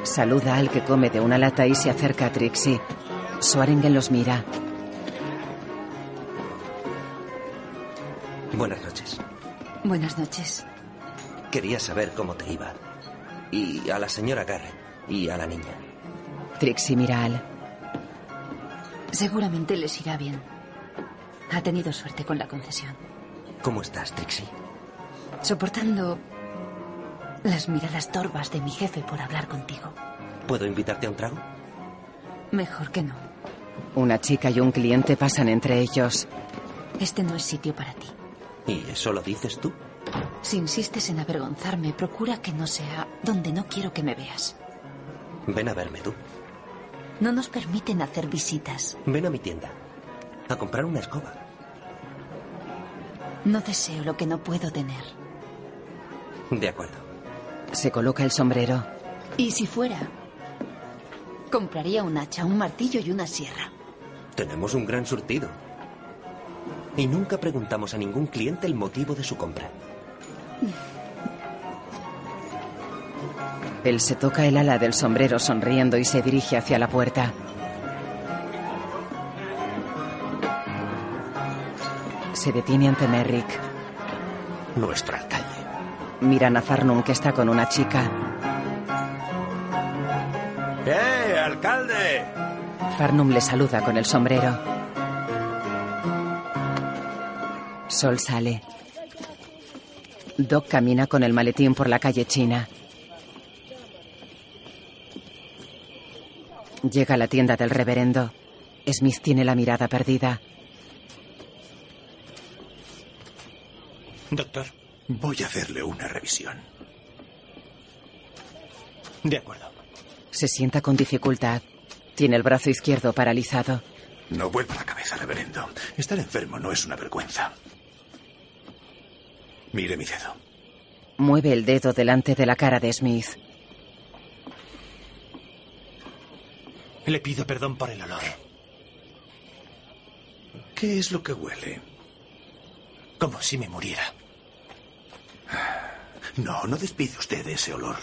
A: Saluda al que come de una lata y se acerca a Trixie. Swaringen los mira.
V: Buenas noches.
T: Buenas noches.
V: Quería saber cómo te iba. Y a la señora Garrett. Y a la niña.
A: Trixie mira al.
T: Seguramente les irá bien. Ha tenido suerte con la concesión.
V: ¿Cómo estás, Trixie?
T: Soportando las miradas torvas de mi jefe por hablar contigo.
V: ¿Puedo invitarte a un trago?
T: Mejor que no.
A: Una chica y un cliente pasan entre ellos.
T: Este no es sitio para ti.
V: ¿Y eso lo dices tú?
T: Si insistes en avergonzarme, procura que no sea donde no quiero que me veas.
V: Ven a verme tú.
T: No nos permiten hacer visitas.
V: Ven a mi tienda. A comprar una escoba.
T: No deseo lo que no puedo tener.
V: De acuerdo.
A: Se coloca el sombrero.
T: Y si fuera, compraría un hacha, un martillo y una sierra.
V: Tenemos un gran surtido. Y nunca preguntamos a ningún cliente el motivo de su compra.
A: Él se toca el ala del sombrero sonriendo y se dirige hacia la puerta. Se detiene ante Merrick.
Y: nuestro alcalde.
A: Miran a Farnum que está con una chica.
B: ¡Eh, alcalde!
A: Farnum le saluda con el sombrero. Sol sale. Doc camina con el maletín por la calle china. Llega a la tienda del reverendo. Smith tiene la mirada perdida.
Y: Doctor, voy a hacerle una revisión. De acuerdo.
A: Se sienta con dificultad. Tiene el brazo izquierdo paralizado.
Y: No vuelva la cabeza, reverendo. Estar enfermo no es una vergüenza. Mire mi dedo.
A: Mueve el dedo delante de la cara de Smith.
Y: Le pido perdón por el olor. ¿Qué es lo que huele? Como si me muriera. No, no despide usted de ese olor.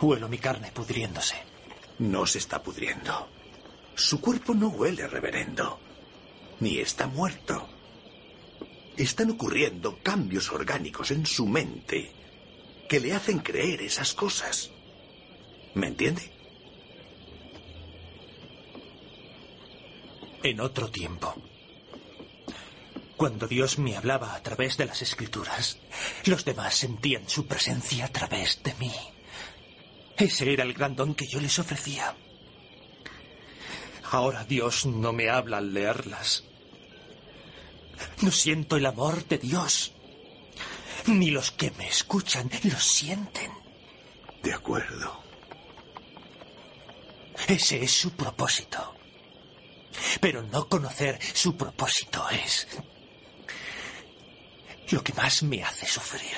Y: Huelo mi carne pudriéndose. No se está pudriendo. Su cuerpo no huele, reverendo. Ni está muerto. Están ocurriendo cambios orgánicos en su mente que le hacen creer esas cosas. ¿Me entiende? En otro tiempo, cuando Dios me hablaba a través de las escrituras, los demás sentían su presencia a través de mí. Ese era el gran don que yo les ofrecía. Ahora Dios no me habla al leerlas. No siento el amor de Dios. Ni los que me escuchan lo sienten. De acuerdo. Ese es su propósito. Pero no conocer su propósito es lo que más me hace sufrir.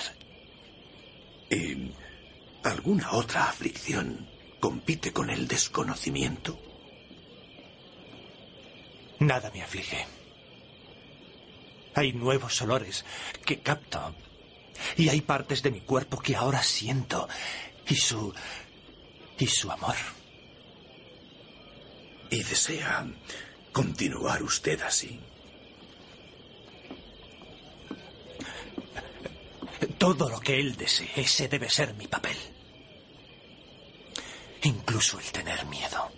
Y: ¿Y alguna otra aflicción compite con el desconocimiento? Nada me aflige. Hay nuevos olores que capto. Y hay partes de mi cuerpo que ahora siento. Y su... y su amor. ¿Y desea continuar usted así? Todo lo que él desee, ese debe ser mi papel. Incluso el tener miedo.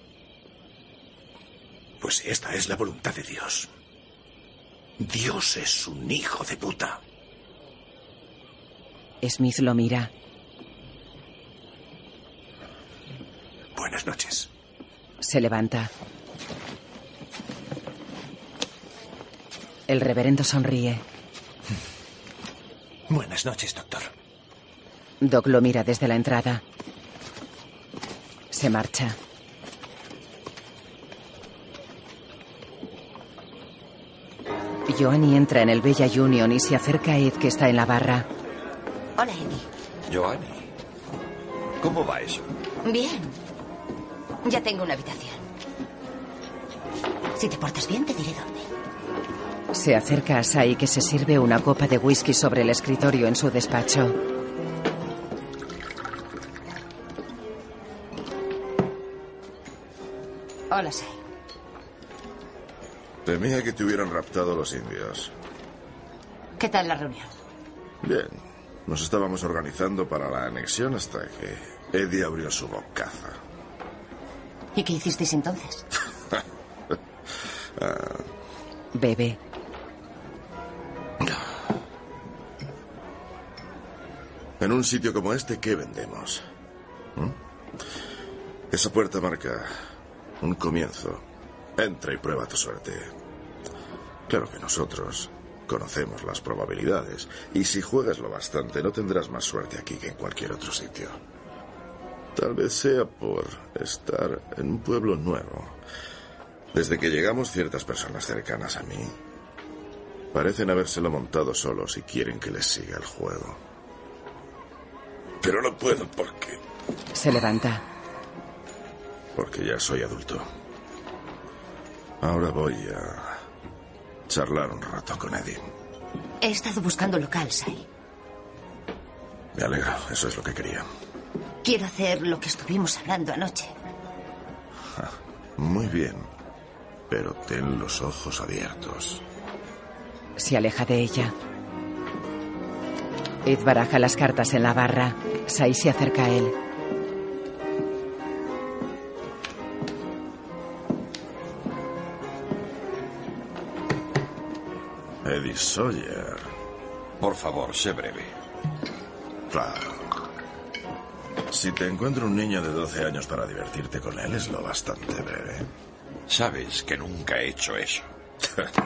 Y: Pues esta es la voluntad de Dios. Dios es un hijo de puta.
A: Smith lo mira.
Y: Buenas noches.
A: Se levanta. El reverendo sonríe.
Y: Buenas noches, doctor.
A: Doc lo mira desde la entrada. Se marcha. Joanny entra en el Bella Union y se acerca a Ed que está en la barra.
D: Hola, Eddie.
P: Joanny, ¿cómo va eso?
D: Bien. Ya tengo una habitación. Si te portas bien, te diré dónde.
A: Se acerca a Sai que se sirve una copa de whisky sobre el escritorio en su despacho.
D: Hola, Sai.
Q: Temía que te hubieran raptado los indios.
D: ¿Qué tal la reunión?
Q: Bien, nos estábamos organizando para la anexión hasta que Eddie abrió su bocaza.
D: ¿Y qué hicisteis entonces?
Q: Ah,
A: Bebe.
Q: en un sitio como este, ¿qué vendemos? ¿Mm? Esa puerta marca un comienzo. Entra y prueba tu suerte. Claro que nosotros conocemos las probabilidades y si juegas lo bastante no tendrás más suerte aquí que en cualquier otro sitio. Tal vez sea por estar en un pueblo nuevo. Desde que llegamos ciertas personas cercanas a mí parecen habérselo montado solos y quieren que les siga el juego. Pero no puedo porque...
A: Se levanta.
Q: Porque ya soy adulto. Ahora voy a charlar un rato con Eddie.
D: He estado buscando local, Sai.
Q: Me alegro, eso es lo que quería.
D: Quiero hacer lo que estuvimos hablando anoche.
Q: Muy bien, pero ten los ojos abiertos.
A: Se aleja de ella. Ed baraja las cartas en la barra. Sai se acerca a él.
Q: Eddie Sawyer.
P: Por favor, sé breve.
Q: Claro. Si te encuentro un niño de 12 años para divertirte con él, es lo bastante breve.
P: Sabes que nunca he hecho eso.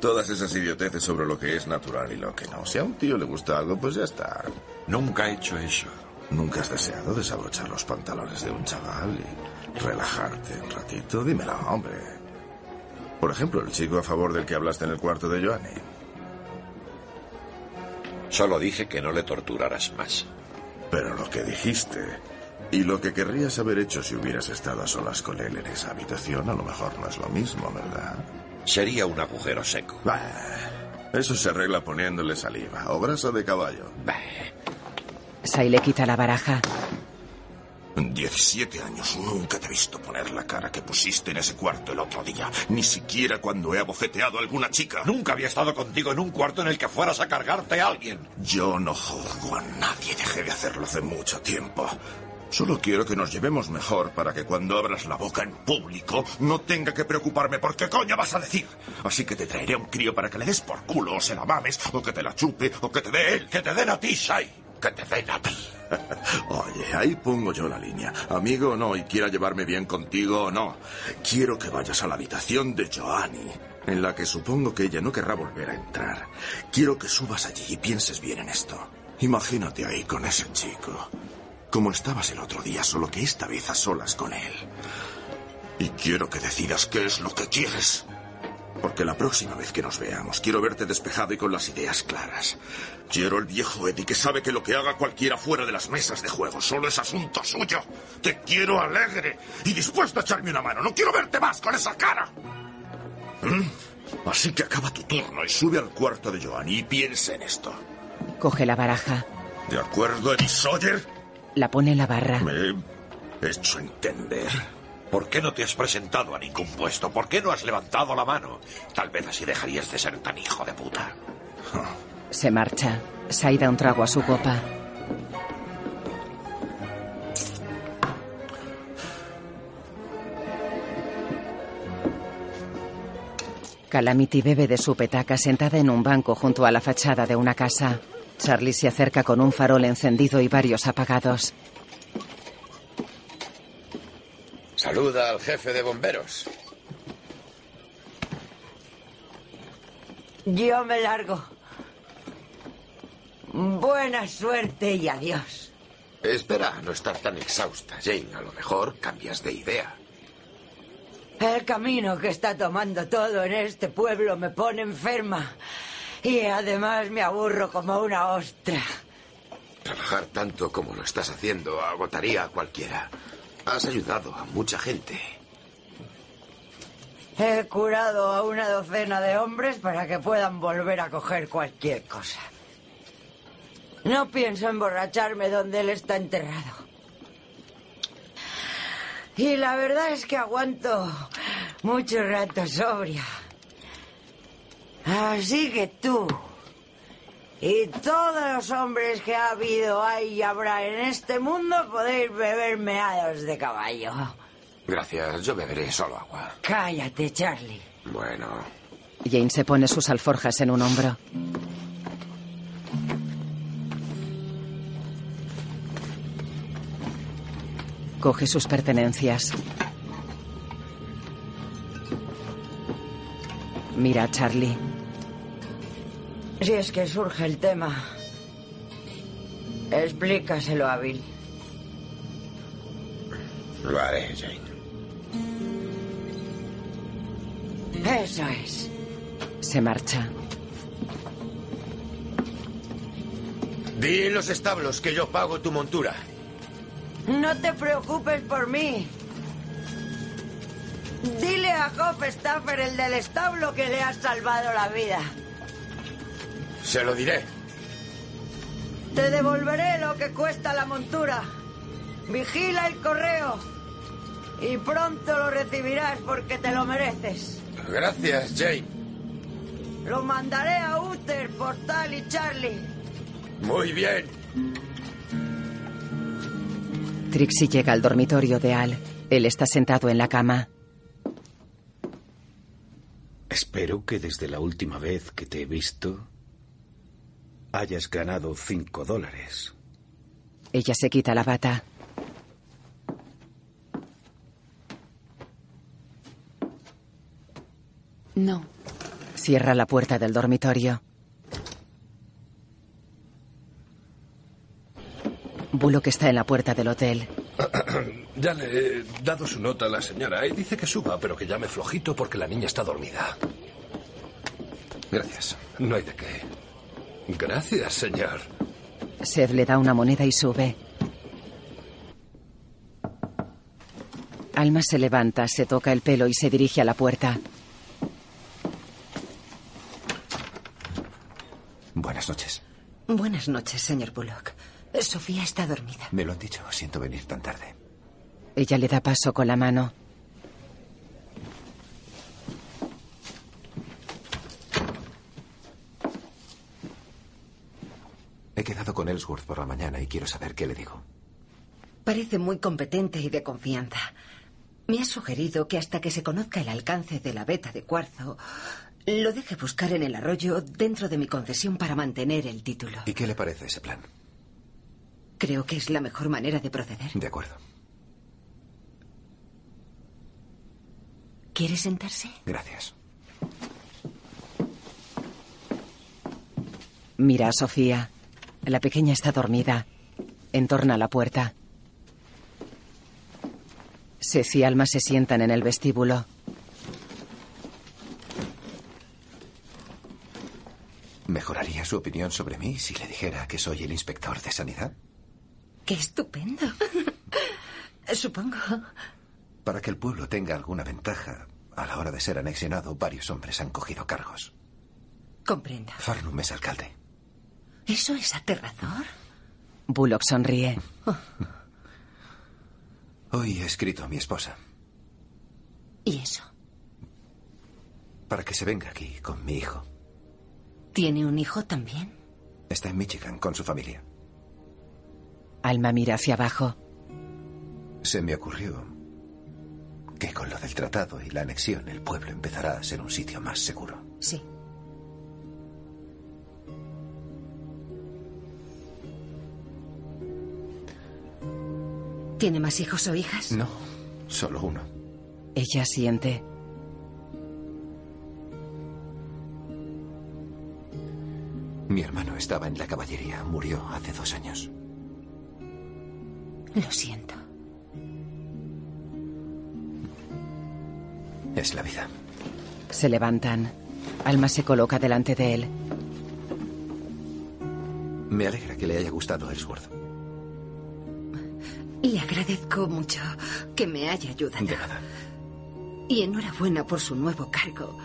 Q: Todas esas idioteces sobre lo que es natural y lo que no. Si a un tío le gusta algo, pues ya está.
P: Nunca he hecho eso.
Q: ¿Nunca has deseado desabrochar los pantalones de un chaval y relajarte un ratito? Dímelo, hombre. Por ejemplo, el chico a favor del que hablaste en el cuarto de Joanny.
P: Solo dije que no le torturaras más.
Q: Pero lo que dijiste y lo que querrías haber hecho si hubieras estado a solas con él en esa habitación, a lo mejor no es lo mismo, ¿verdad?
P: Sería un agujero seco.
Q: Bah, eso se arregla poniéndole saliva o grasa de caballo.
P: Bah.
A: Sai le quita la baraja.
R: 17 años nunca te he visto poner la cara que pusiste en ese cuarto el otro día, ni siquiera cuando he abofeteado a alguna chica.
P: Nunca había estado contigo en un cuarto en el que fueras a cargarte a alguien.
R: Yo no juzgo a nadie, dejé de hacerlo hace mucho tiempo. Solo quiero que nos llevemos mejor para que cuando abras la boca en público no tenga que preocuparme por qué coño vas a decir. Así que te traeré a un crío para que le des por culo o se la mames o que te la chupe o que te dé él.
P: Que te den a ti, Shai.
R: Que te den a ti.
Q: Oye, ahí pongo yo la línea. Amigo o no, y quiera llevarme bien contigo o no. Quiero que vayas a la habitación de Joanny, en la que supongo que ella no querrá volver a entrar. Quiero que subas allí y pienses bien en esto. Imagínate ahí con ese chico. Como estabas el otro día, solo que esta vez a solas con él. Y quiero que decidas qué es lo que quieres. Porque la próxima vez que nos veamos, quiero verte despejado y con las ideas claras. Quiero el viejo Eddie que sabe que lo que haga cualquiera fuera de las mesas de juego solo es asunto suyo. Te quiero alegre y dispuesto a echarme una mano. No quiero verte más con esa cara. ¿Mm? Así que acaba tu turno y sube al cuarto de Joanny y piensa en esto.
A: Coge la baraja.
Q: ¿De acuerdo, Eddie Sawyer?
A: La pone en la barra.
Q: Me he hecho entender.
P: ¿Por qué no te has presentado a ningún puesto? ¿Por qué no has levantado la mano? Tal vez así dejarías de ser tan hijo de puta.
A: Se marcha. Sai da un trago a su copa. Calamity bebe de su petaca sentada en un banco junto a la fachada de una casa. Charlie se acerca con un farol encendido y varios apagados.
J: Saluda al jefe de bomberos.
E: Yo me largo. Buena suerte y adiós.
J: Espera, no estar tan exhausta, Jane. A lo mejor cambias de idea.
E: El camino que está tomando todo en este pueblo me pone enferma. Y además me aburro como una ostra.
J: Trabajar tanto como lo estás haciendo agotaría a cualquiera. Has ayudado a mucha gente.
E: He curado a una docena de hombres para que puedan volver a coger cualquier cosa. No pienso emborracharme donde él está enterrado. Y la verdad es que aguanto mucho rato sobria. Así que tú y todos los hombres que ha habido, hay y habrá en este mundo podéis beber meados de caballo.
J: Gracias, yo beberé solo agua.
E: Cállate, Charlie.
J: Bueno.
A: Jane se pone sus alforjas en un hombro. Coge sus pertenencias. Mira a Charlie.
E: Si es que surge el tema, explícaselo a Bill.
J: Lo haré, Jane.
E: Eso es.
A: Se marcha.
J: Di en los establos que yo pago tu montura.
E: No te preocupes por mí. Dile a Hofstaffer, el del establo, que le has salvado la vida.
J: Se lo diré.
E: Te devolveré lo que cuesta la montura. Vigila el correo. Y pronto lo recibirás porque te lo mereces.
J: Gracias, Jane.
E: Lo mandaré a Uther por tal y Charlie.
J: Muy bien.
A: Trixie llega al dormitorio de Al. Él está sentado en la cama.
C: Espero que desde la última vez que te he visto hayas ganado cinco dólares.
A: Ella se quita la bata.
T: No.
A: Cierra la puerta del dormitorio. Bullock está en la puerta del hotel.
G: Ya le he dado su nota a la señora y dice que suba, pero que llame flojito porque la niña está dormida.
J: Gracias.
G: No hay de qué. Gracias, señor.
A: Seth le da una moneda y sube. Alma se levanta, se toca el pelo y se dirige a la puerta.
F: Buenas noches.
L: Buenas noches, señor Bullock. Sofía está dormida.
F: Me lo han dicho, siento venir tan tarde.
A: Ella le da paso con la mano.
F: He quedado con Ellsworth por la mañana y quiero saber qué le digo.
L: Parece muy competente y de confianza. Me ha sugerido que hasta que se conozca el alcance de la beta de cuarzo, lo deje buscar en el arroyo dentro de mi concesión para mantener el título.
F: ¿Y qué le parece ese plan?
L: Creo que es la mejor manera de proceder.
F: De acuerdo.
L: ¿Quiere sentarse?
F: Gracias.
A: Mira a Sofía. La pequeña está dormida. Entorna la puerta. Seth y Alma se sientan en el vestíbulo.
F: ¿Mejoraría su opinión sobre mí si le dijera que soy el inspector de sanidad?
L: ¡Qué estupendo! Supongo.
F: Para que el pueblo tenga alguna ventaja, a la hora de ser anexionado, varios hombres han cogido cargos.
L: Comprendo.
F: Farnum es alcalde.
L: ¿Eso es aterrador?
A: Bullock sonríe.
F: Hoy he escrito a mi esposa
L: ¿Y eso?
F: para que se venga aquí con mi hijo.
L: ¿Tiene un hijo también?
F: Está en Michigan con su familia.
A: Alma mira hacia abajo.
F: Se me ocurrió que con lo del tratado y la anexión el pueblo empezará a ser un sitio más seguro.
L: Sí. ¿Tiene más hijos o hijas?
F: No, solo uno.
A: Ella siente.
F: Mi hermano estaba en la caballería, murió hace dos años.
L: Lo siento.
F: Es la vida.
A: Se levantan. Alma se coloca delante de él.
F: Me alegra que le haya gustado Ellsworth.
L: Le agradezco mucho que me haya ayudado.
F: De nada.
L: Y enhorabuena por su nuevo cargo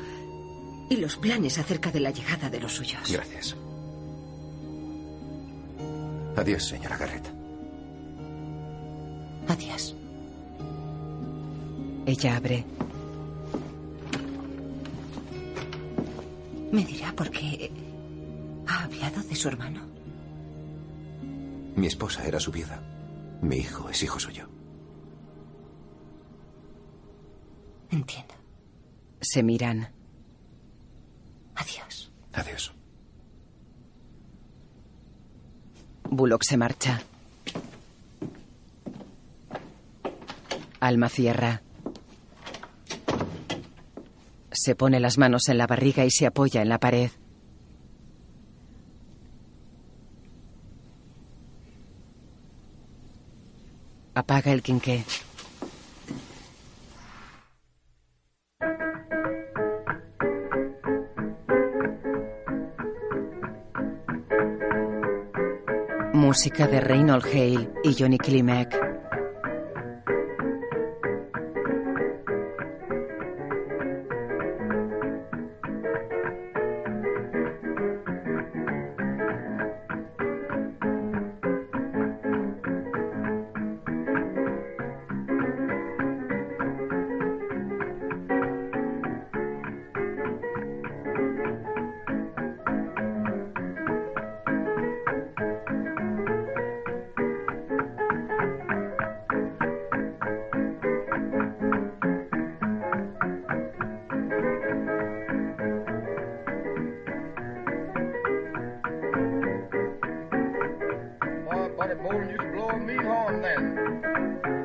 L: y los planes acerca de la llegada de los suyos.
F: Gracias. Adiós, señora Garrett.
L: Adiós.
A: Ella abre.
L: Me dirá por qué ha hablado de su hermano.
F: Mi esposa era su viuda. Mi hijo es hijo suyo.
L: Entiendo.
A: Se miran.
L: Adiós.
F: Adiós.
A: Bullock se marcha. Alma cierra. Se pone las manos en la barriga y se apoya en la pared. Apaga el quinqué. Música de Reynold Hale y Johnny Klimek.
H: boy, you can blow me home then.